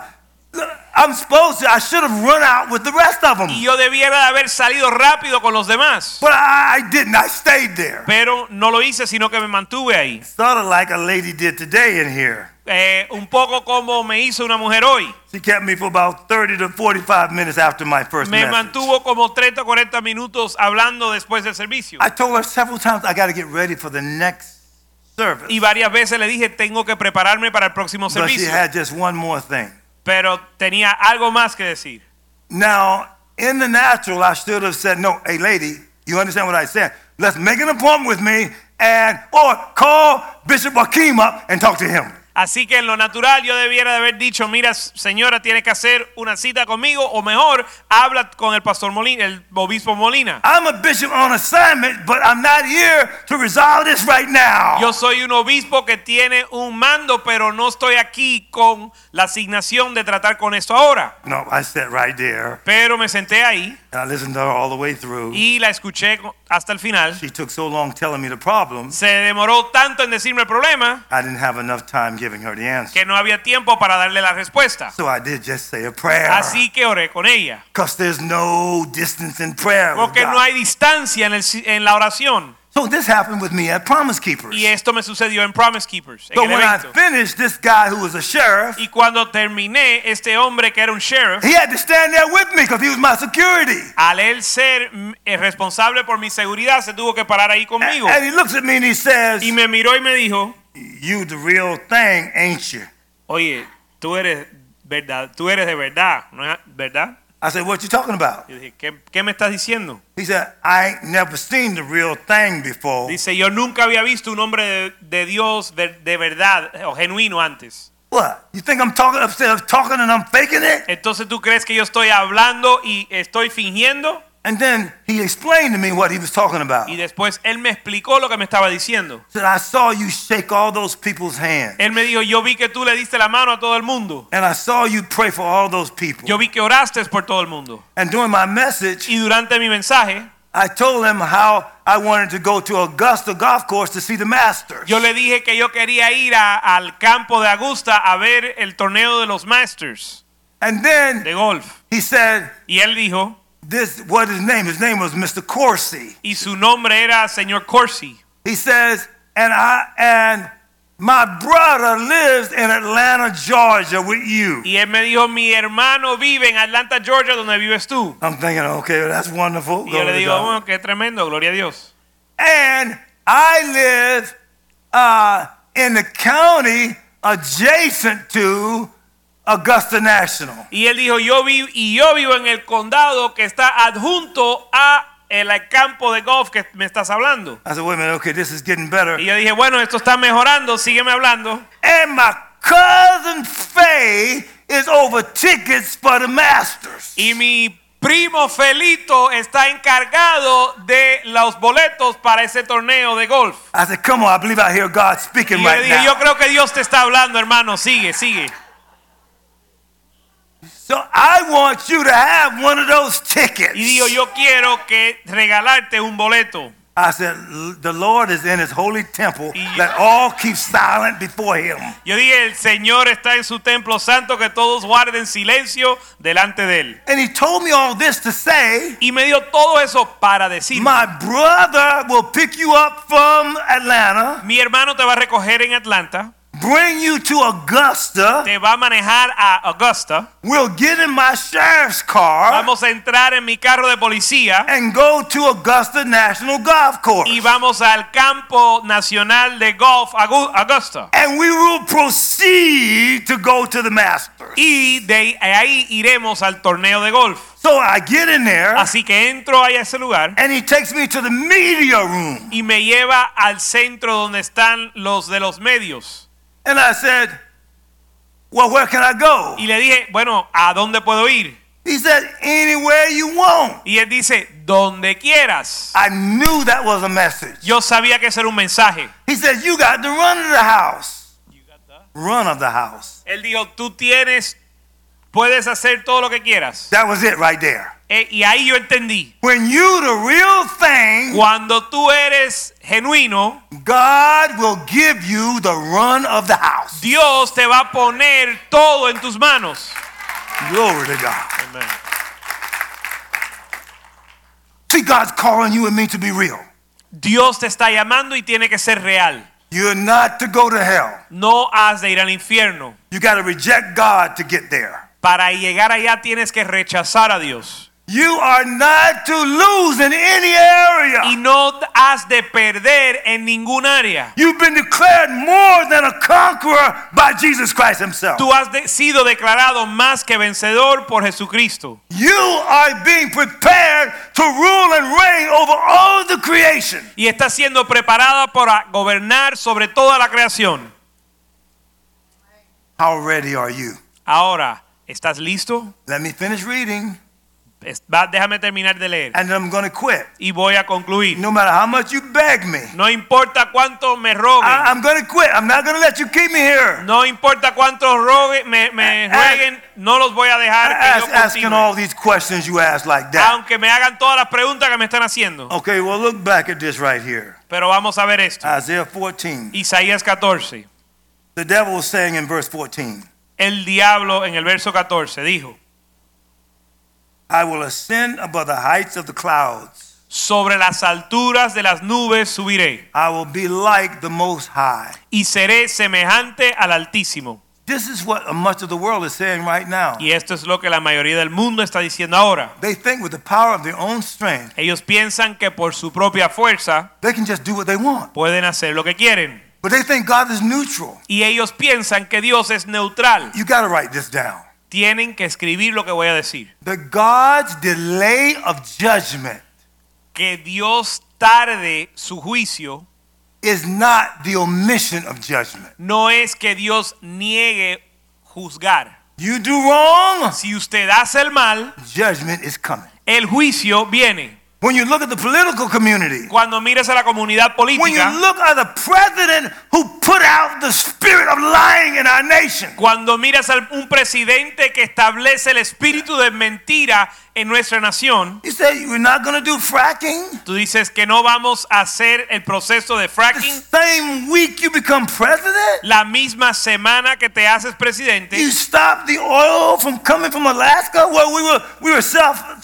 B: Look, I'm supposed to, I should have run out with the rest of them.
C: Y yo debiera de haber salido rápido con los demás.
B: But I, I didn't. I stayed there.
C: Pero no lo hice, sino que me mantuve ahí.
B: Sort of like a lady did today in here.
C: Eh, un poco como me hizo una mujer hoy.
B: She kept me for about 30 to 45 minutes after my first
C: Me
B: message.
C: mantuvo como 30 o 40 minutos hablando después del servicio.
B: I told her several times, I got to get ready for the next service.
C: Y varias veces le dije, tengo que prepararme para el próximo
B: But she
C: servicio.
B: had just one more thing.
C: pero tenía algo más que decir.
B: Now, in the natural, I should have said, no, hey, lady, you understand what I said? Let's make an appointment with me and, or call Bishop Joaquim up and talk to him.
C: Así que en lo natural yo debiera de haber dicho, mira señora, tiene que hacer una cita conmigo o mejor, habla con el pastor Molina, el obispo Molina.
B: I'm a bishop on assignment, but I'm not here to resolve this right now.
C: Yo soy un obispo que tiene un mando, pero no estoy aquí con la asignación de tratar con esto ahora.
B: no, I sat right there
C: Pero me senté ahí
B: and I listened to her all the way through.
C: y la escuché co- hasta el final.
B: she took so long telling me the problem,
C: Se demoró tanto en decirme el problema
B: I didn't have enough time giving her the answer.
C: que no había tiempo para darle la respuesta.
B: So I did just say a prayer.
C: Así que oré con ella.
B: Because there's no distance in prayer. with
C: Porque
B: God.
C: no hay distancia en, el si- en la oración.
B: so this happened with me at Promise Keepers.
C: Y esto me sucedió en Promise Keepers. en
B: so
C: el
B: when I
C: evento.
B: finished, this guy who was a sheriff,
C: Y cuando terminé, este hombre que era un sheriff,
B: he had to stand there with me because he was my security.
C: al él ser mm, el responsable por mi seguridad, se tuvo que parar ahí
B: And,
C: conmigo.
B: and he looks at me and he says,
C: Y me miró y me dijo,
B: You the real thing, ain't you?
C: oye, tú eres verdad, tú eres de verdad, ¿no es verdad?
B: I said, What you talking about?
C: Yo dije, ¿qué, qué me estás diciendo?
B: He said, I ain't never seen the real thing before.
C: Dice, yo nunca había visto un hombre de, de Dios de, de verdad eh, o genuino antes.
B: What? You think I'm talking upset of talking and I'm faking it?
C: Entonces tú crees que yo estoy hablando y estoy fingiendo.
B: And then he explained to me what he was talking about.
C: Y
B: He
C: después él me explicó lo que me estaba diciendo.
B: said, I saw you shake all those people's hands.
C: Él me dijo, yo vi que tú le diste la mano a todo el mundo.
B: And I saw you pray for all those people.
C: Yo vi que oraste por todo el mundo.
B: And during my message,
C: Y durante mi mensaje,
B: I told him how I wanted to go to Augusta Golf Course to see the Masters.
C: yo le dije que yo quería ir a- al campo de Augusta a ver el torneo de los Masters
B: And then
C: de golf.
B: he said,
C: Y él dijo,
B: this what his name? His name was Mr. Corsi.
C: y su nombre era señor Corsi.
B: He says, and I and my brother lives in Atlanta, Georgia with you.
C: Y él me dijo, mi hermano vive en Atlanta, Georgia, donde vives tú.
B: I'm thinking, okay, that's wonderful.
C: Y yo
B: Glory
C: le
B: to
C: digo,
B: God.
C: bueno, qué tremendo, gloria a Dios.
B: And I live uh, in the county adjacent to Augusta National.
C: Y él dijo, yo vivo y yo vivo en el condado que está adjunto a el campo de golf que me estás hablando.
B: I said, wait a minute, okay, this is getting better.
C: Y yo dije, bueno, esto está mejorando, sígueme hablando.
B: And my cousin Faye is over tickets for the Masters.
C: Y mi primo Felito está encargado de los boletos para ese torneo de golf.
B: I said, come on, I believe I hear God
C: Y
B: speaking
C: yo le
B: right
C: dije, yo
B: now.
C: creo que Dios te está hablando, hermano, sigue, sigue.
B: So I want you to have one of those tickets.
C: Y digo, yo quiero que regalarte un boleto.
B: I said, the Lord is in his holy temple.
C: Y-
B: Let all keep silent before him.
C: Yo dije, el Señor está en su templo santo, que todos guarden silencio delante de él.
B: And he told me all this to say,
C: Y me dio todo eso para decir,
B: my brother will pick you up from Atlanta,
C: mi hermano te va a recoger en Atlanta,
B: bring you to Augusta.
C: te va a manejar a Augusta,
B: We'll get in my sheriff's car
C: vamos a entrar en mi carro de policía
B: and go to Augusta National Golf Course.
C: y vamos al campo nacional de golf Agu- Augusta.
B: And we will proceed to go to the Masters.
C: Y de ahí iremos al torneo de golf.
B: So I get in there,
C: Así que entro ahí a ese lugar.
B: and he takes me to the media room.
C: y me lleva al centro donde están los de los medios.
B: And I said, Well, where can I go?
C: Y le dije, bueno, ¿a dónde puedo ir?
B: He said, Anywhere you want.
C: Y él dice, donde quieras.
B: I knew that was a message.
C: Yo sabía que ese era un mensaje.
B: He said, You got the run of the house. Run of the house.
C: Él dijo, tú tienes, puedes hacer todo lo que quieras.
B: That was it right there.
C: Eh, y ahí yo entendí.
B: When you the real thing,
C: Cuando tú eres genuino,
B: God will give you the run of the house.
C: Dios te va a poner todo en tus manos.
B: Glory to God. See, God's calling you and me to be real.
C: Dios te está llamando y tiene que ser real.
B: You're not to go to hell.
C: No has de ir al infierno.
B: You got to reject God to get there.
C: Para llegar allá tienes que rechazar a Dios.
B: You are not to lose in any
C: y
B: area.
C: no has de perder en ningún área.
B: You've been declared more than a conqueror by Jesus Christ Himself.
C: Tú has de- sido declarado más que vencedor por Jesucristo.
B: You are being prepared to rule and reign over all the creation.
C: Y estás siendo preparada para gobernar sobre toda la creación.
B: How ready are you?
C: Ahora, ¿estás listo?
B: Let me finish reading
C: Es- va, déjame terminar de leer.
B: and I'm going to quit.
C: Y voy a concluir.
B: No matter how much you beg me,
C: No importa cuánto me rogue.
B: I, am going to quit. I'm not going to let you keep me here.
C: No importa cuánto rogue, me, me
B: Ah, ah.
C: rueguen. No los voy a dejar
B: Ask,
C: que yo
B: asking
C: continúe.
B: all these questions you ask like that.
C: Aunque me hagan todas las preguntas que me están haciendo.
B: Okay, well, look back at this right here
C: Pero vamos a ver esto.
B: Isaiah 14.
C: Isaías 14.
B: The devil was saying in verse 14,
C: el diablo en el verso 14 dijo,
B: I will ascend above the heights of the clouds.
C: sobre las alturas de las nubes subiré
B: I will be like the Most High.
C: y seré semejante al Altísimo.
B: This is what much of the world is saying right now.
C: Y esto es lo que la mayoría del mundo está diciendo ahora.
B: They think with the power of their own strength,
C: Ellos piensan que por su propia fuerza
B: they can just do what they want.
C: pueden hacer lo que quieren.
B: But they think God is neutral.
C: Y ellos piensan que Dios es neutral.
B: You got to write this down.
C: Tienen que escribir lo que voy a decir.
B: The God's delay of judgment
C: Que Dios tarde su juicio
B: is not the omission of judgment.
C: no es que Dios niegue juzgar.
B: You do wrong,
C: Si usted hace el mal,
B: judgment is coming.
C: el juicio viene.
B: When you look at the political community,
C: Cuando miras a la comunidad
B: when you
C: política,
B: look at the president who put out the spirit of lying in our nation.
C: Cuando miras a un presidente que establece el espíritu de mentira en nuestra nación,
B: You say we're not going to do fracking.
C: tú dices que no vamos a hacer el proceso de
B: The
C: fracking.
B: same week you become president,
C: La misma semana que te haces presidente,
B: you stop the oil from coming from Alaska where we were we were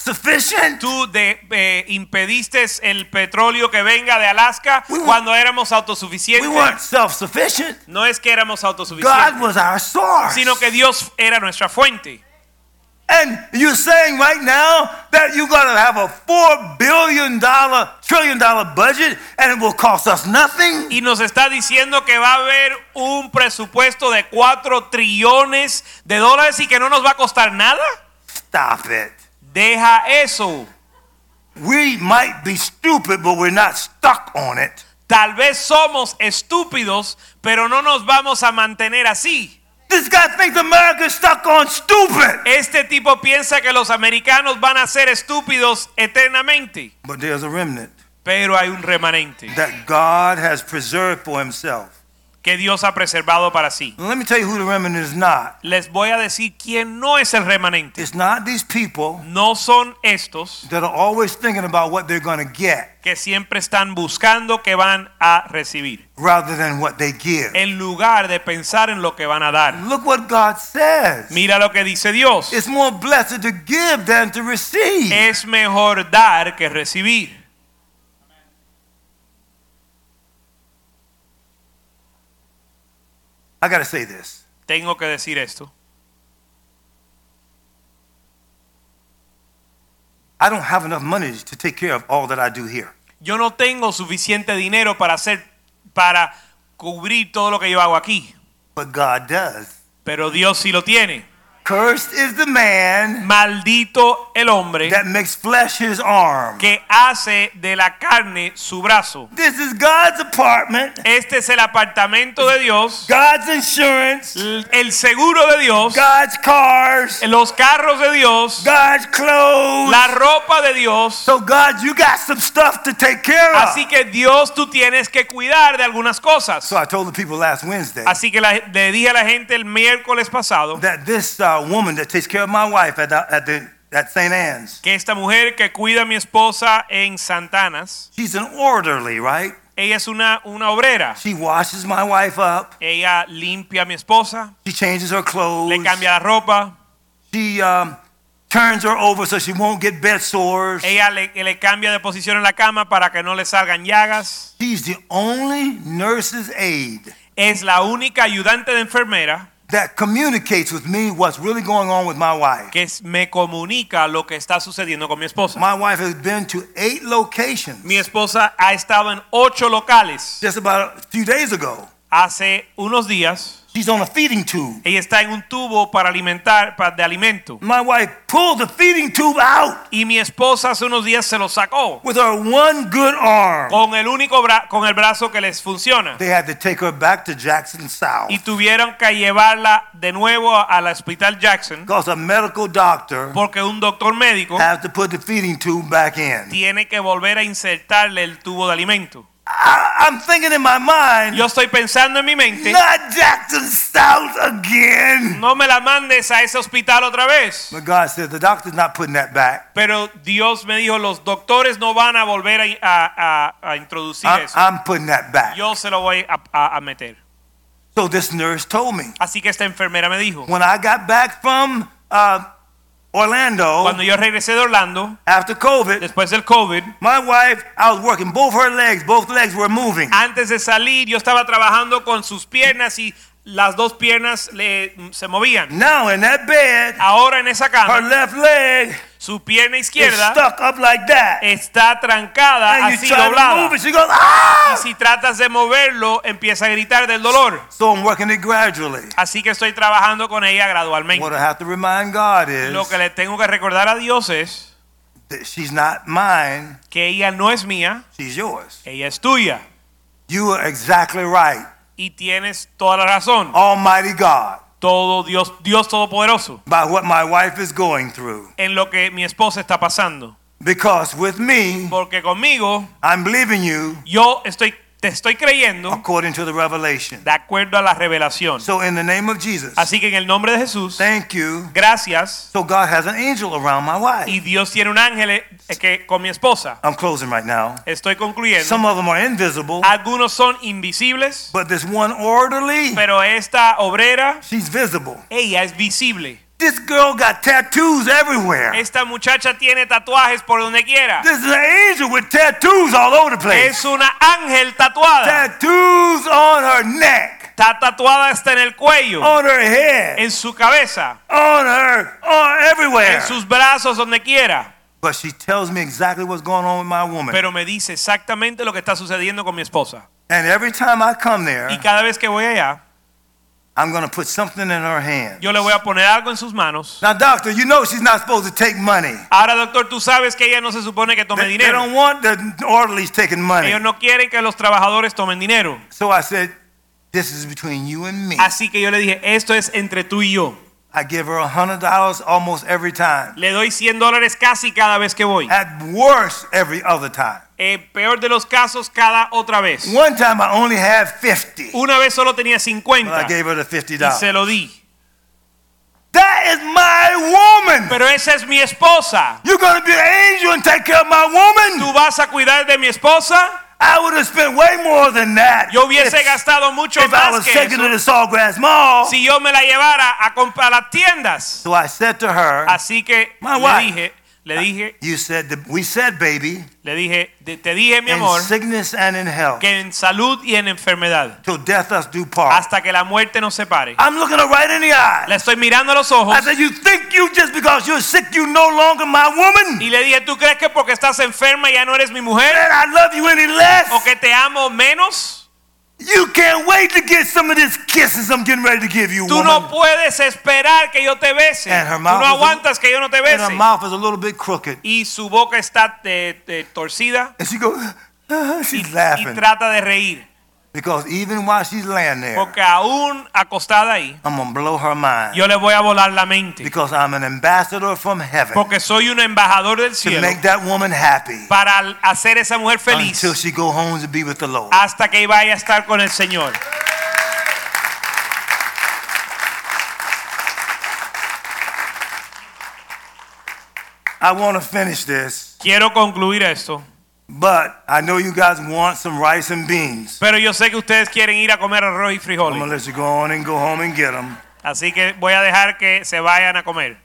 B: self-sufficient.
C: tú de- eh, impediste el petróleo que venga de Alaska
B: We were-
C: cuando éramos
B: We weren't
C: autosuficientes.
B: self-sufficient.
C: No es que éramos
B: God
C: autosuficientes,
B: was our source.
C: sino que Dios era nuestra fuente.
B: And you're saying right now that you're going to have a four billion dollar trillion dollar budget, and it will cost us nothing.
C: Y nos está diciendo que va a haber un presupuesto de 4 trillones de dólares y que no nos va a costar nada.
B: Stop it.
C: Deja eso.
B: We might be stupid, but we're not stuck on it.
C: Tal vez somos estúpidos, pero no nos vamos a mantener así.
B: This guy thinks America's stuck on stupid.
C: Este tipo piensa que los americanos van a ser estúpidos eternamente,
B: But there's a remnant
C: pero hay un remanente
B: that God has preserved for himself.
C: que Dios ha preservado para sí.
B: Let me tell you who the remnant is not.
C: Les voy a decir quién no es el remanente.
B: It's not these people
C: No son estos
B: that are always thinking about what they're going to get
C: que siempre están buscando que van a recibir,
B: rather than what they give.
C: en lugar de pensar en lo que van a dar.
B: Look what God says.
C: Mira lo que dice Dios.
B: It's more blessed to give than to receive.
C: Es mejor dar que recibir.
B: I got to say this.
C: Tengo que decir esto.
B: I don't have enough money to take care of all that I do here.
C: Yo no tengo suficiente dinero para hacer para cubrir todo lo que yo hago aquí,
B: But God does.
C: pero Dios sí lo tiene.
B: Cursed is the man
C: Maldito el hombre
B: that makes flesh his arm.
C: que hace de la carne su brazo.
B: This is God's apartment,
C: Este es el apartamento de Dios,
B: God's insurance,
C: l- el seguro de Dios,
B: God's cars,
C: los carros de Dios,
B: God's clothes.
C: la ropa de Dios.
B: So, ah. God, you got some stuff to take care of.
C: Así que Dios tú tienes que cuidar de algunas cosas.
B: So, ah. I told the people last Wednesday
C: Así que la- le dije a la gente el miércoles pasado
B: that this uh, woman that takes care of my wife at, the, at, the, at St. Anne's,
C: que esta mujer que cuida a mi esposa en Santanas,
B: she's an orderly, right?
C: ella es una, una obrera.
B: She washes my wife up.
C: Ella limpia a mi esposa,
B: She changes her clothes.
C: le cambia la ropa,
B: She um, turns her over so she won't get bed sores.
C: ella le, le cambia de posición en la cama para que no le salgan llagas.
B: She's the only nurse's aide
C: es la única ayudante de enfermera
B: that communicates with me what's really going on with my wife.
C: que es- me comunica lo que está sucediendo con mi esposa.
B: My wife has been to eight locations
C: Mi esposa ha estado en ocho locales.
B: just about a few days ago.
C: Hace unos días,
B: She's on a feeding tube.
C: ella está en un tubo para alimentar, para, de alimento.
B: My wife pulled the feeding tube out
C: Y mi esposa hace unos días se lo sacó
B: with her one good arm.
C: con el único bra- con el brazo que les funciona.
B: They had to take her back to Jackson South
C: Y tuvieron que llevarla de nuevo a- al hospital Jackson
B: because a medical doctor
C: porque un doctor médico
B: has to put the feeding tube back in.
C: tiene que volver a insertarle el tubo de alimento.
B: I, I'm thinking in my mind,
C: Yo estoy pensando en mi mente.
B: not Jackson South again.
C: No me la mandes a ese hospital otra vez.
B: But God said, the doctor's not putting that back.
C: Pero Dios me dijo, los doctores no van a volver a, a- a- a introducir
B: I'm,
C: eso.
B: I'm putting that back.
C: Yo se lo voy a, a- a meter.
B: So this nurse told me.
C: Así que esta enfermera me dijo,
B: When I got back from uh, Orlando
C: cuando yo regresé de Orlando,
B: after COVID,
C: después del COVID,
B: my wife, I was working both her legs, both legs were moving.
C: antes de salir, yo estaba trabajando con sus piernas y las dos piernas le- se movían.
B: Now in that bed,
C: Ahora en esa
B: her
C: cama,
B: left leg
C: su pierna
B: is
C: izquierda
B: stuck up like that.
C: está trancada,
B: And you
C: Eh, así
B: try to
C: doblada.
B: move it, she goes,
C: Y
B: ah!
C: si tratas de moverlo, empieza a gritar del dolor.
B: So I'm working it gradually.
C: Así que estoy trabajando con ella
B: What
C: gradualmente.
B: I have to remind God is
C: Lo que le tengo que recordar a Dios es
B: that she's not mine,
C: que ella no es mía,
B: she's yours.
C: ella es tuya.
B: You are exactly right.
C: Y tienes toda la razón.
B: Almighty God,
C: Todo Dios, Dios Todopoderoso,
B: by what my wife is going through.
C: en lo que mi esposa está pasando.
B: Because with me,
C: Porque conmigo
B: I'm leaving you
C: yo estoy Te estoy creyendo
B: according to the revelation.
C: de acuerdo a la revelación.
B: So, in the name of Jesus,
C: Así que en el nombre de Jesús,
B: thank you.
C: gracias.
B: So, God has an angel around my
C: Y
B: wife.
C: Dios tiene un ángel eh, que con mi esposa.
B: I'm closing right now.
C: Estoy concluyendo.
B: Some of them are invisible,
C: Algunos son invisibles,
B: but this one orderly,
C: pero esta obrera,
B: she's visible.
C: ella es visible.
B: This girl got tattoos everywhere.
C: Esta muchacha tiene tatuajes por donde quiera.
B: This is an angel with tattoos all over the place.
C: Es una ángel tatuada.
B: Tattoos on her neck,
C: Está tatuada hasta en el cuello,
B: on her head,
C: en su cabeza,
B: on her, on
C: en
B: everywhere.
C: sus brazos, donde quiera.
B: But she tells me exactly what's going on with my woman.
C: Pero me dice exactamente lo que está sucediendo con mi esposa.
B: And every time I come there,
C: Y cada vez que voy allá,
B: I'm going to put something in her hand.
C: yo le voy a poner algo en sus manos.
B: Now, doctor, you know she's not supposed to take money.
C: Ahora, doctor, tú sabes que ella no se supone que tome
B: They, they
C: dinero.
B: don't want the orderlies taking money.
C: Ellos no quieren que los trabajadores tomen dinero.
B: So I said, this is between you and me.
C: Así que yo le dije, esto es entre tú y yo.
B: I give her $100 almost every time.
C: Le doy 100 dólares casi cada vez que voy.
B: At worst, every other time.
C: Eh, peor de los casos, cada otra vez.
B: One time I only had 50.
C: Una vez solo tenía
B: But I
C: 50
B: gave her the
C: y se
B: $50.
C: lo di.
B: That is my woman.
C: Pero esa es mi esposa.
B: You're going to be an angel and take care of my
C: ¿Tú
B: woman?
C: vas a cuidar de mi esposa?
B: I would have spent way more than that.
C: Yo hubiese
B: if-
C: gastado mucho
B: if I
C: más
B: was
C: que
B: taking her
C: eso
B: to Sawgrass Mall.
C: si yo me la llevara a comprar las tiendas.
B: So I said to her,
C: Así que
B: My
C: le
B: wife.
C: dije,
B: Ah.
C: le dije,
B: You said, that we said, baby,
C: le dije, te te dije, mi
B: in
C: amor,
B: sickness and in health,
C: que en salud y en enfermedad,
B: till death us do part.
C: hasta que la muerte nos separe.
B: I'm looking her right in the
C: La
B: eye.
C: estoy mirando a los ojos
B: I said, You think you just because you're sick, you no longer my woman?
C: y le dije, ¿tú crees que porque estás enferma ya no eres mi mujer?
B: And I love you any
C: ¿O
B: less?
C: que te amo menos?
B: You can't wait to get some of these kisses I'm getting ready to give you,
C: Tú no
B: woman.
C: puedes esperar que yo te bese.
B: And her
C: Tú
B: mouth
C: no
B: is a-
C: aguantas que yo no te
B: And
C: bese.
B: her mouth is a little bit crooked.
C: Y su boca está eh, eh, torcida
B: And she goes, <laughs> She's
C: y
B: laughing.
C: trata de reír.
B: Because even while she's laying there,
C: Porque aún acostada ahí,
B: I'm going to blow her mind.
C: yo le voy a volar la mente.
B: Because I'm an ambassador from heaven
C: Porque soy un embajador del
B: to
C: cielo
B: make that woman happy.
C: para hacer esa mujer feliz Ah.
B: until she go home to be with the Lord.
C: hasta que vaya a estar con el Señor.
B: I want to finish this,
C: Quiero concluir esto.
B: but I know you guys want some rice and beans.
C: Pero yo sé que ustedes quieren ir a comer arroz y
B: I'm gonna
C: frijoles.
B: let you go on and go home and get them.
C: Así que voy a dejar que se vayan a comer.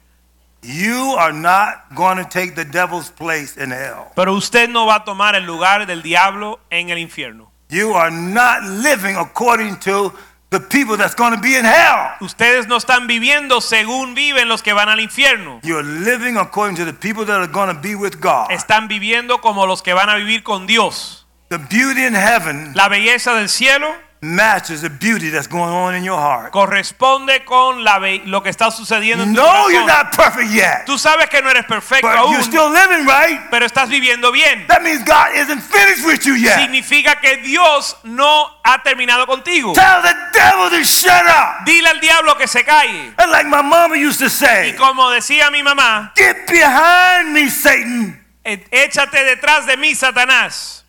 B: You are not going to take the devil's place in hell.
C: Pero usted no va a tomar el lugar del diablo en el infierno.
B: You are not living according to the people that's going to be in hell.
C: Ustedes no están viviendo según viven los que van al infierno.
B: You're living according to the people that are going to be with God.
C: Están viviendo como los que van a vivir con Dios.
B: The beauty in heaven
C: La belleza del cielo
B: matches the beauty that's going on in your heart.
C: corresponde con la be- lo que está sucediendo en tu
B: No,
C: corazón.
B: you're not perfect yet,
C: Tú sabes que no eres perfecto
B: but
C: aún,
B: you're still living right.
C: pero estás viviendo bien.
B: That means God isn't finished with you yet.
C: Significa que Dios no ha terminado contigo.
B: Tell the devil to shut up.
C: Dile al diablo que se calle.
B: And like my mama used to
C: Y
B: say,
C: como decía mi mamá,
B: get behind me, Satan,
C: "E- échate detrás de mí, Satanás,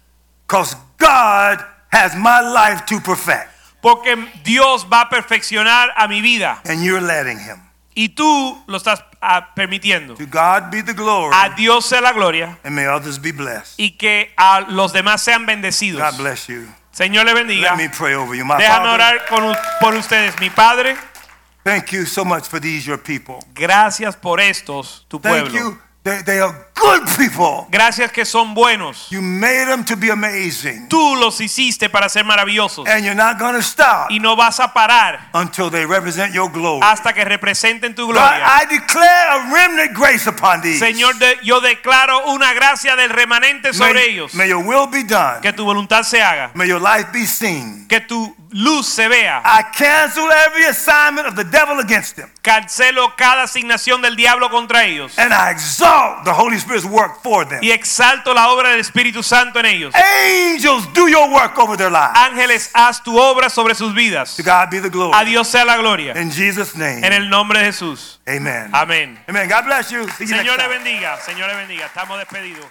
B: because God has my life to perfect.
C: porque Dios va a perfeccionar a mi vida.
B: And you're letting him.
C: Y tú lo estás ah, permitiendo.
B: To God be the glory,
C: A Dios sea la gloria
B: and may others be blessed.
C: y que a los demás sean bendecidos.
B: God bless you.
C: Señor le bendiga.
B: Let me pray over you. My
C: Déjame
B: Father,
C: orar con u- por ustedes, mi Padre.
B: thank you so much for these, your people.
C: Gracias por estos, tu
B: Thank
C: pueblo.
B: you. They, they are good people.
C: Gracias que son buenos.
B: You made them to be amazing.
C: Tú los hiciste para ser maravillosos
B: And you're not going to stop
C: y no vas a parar
B: until they represent your glory.
C: hasta que representen tu
B: God,
C: gloria.
B: I declare a remnant grace upon these.
C: Señor, de- yo declaro una gracia del remanente sobre
B: may,
C: ellos.
B: may your will be done.
C: Que tu voluntad se haga.
B: May your life be seen.
C: Que tu luz se vea.
B: I cancel every assignment of the devil against them.
C: Cancelo cada asignación del diablo contra ellos.
B: And I exalt the Holy Spirit's work for them.
C: Y exalto la obra del Espíritu Santo en ellos.
B: Angels, do your work over their lives.
C: Ángeles, haz tu obra sobre sus vidas.
B: To God be the glory.
C: A Dios sea la gloria.
B: In Jesus' name.
C: En el nombre de Jesús.
B: Amen.
C: Amén.
B: Amen. God bless you. See you next
C: Señor le
B: time.
C: bendiga. Señor le bendiga. Estamos despedidos.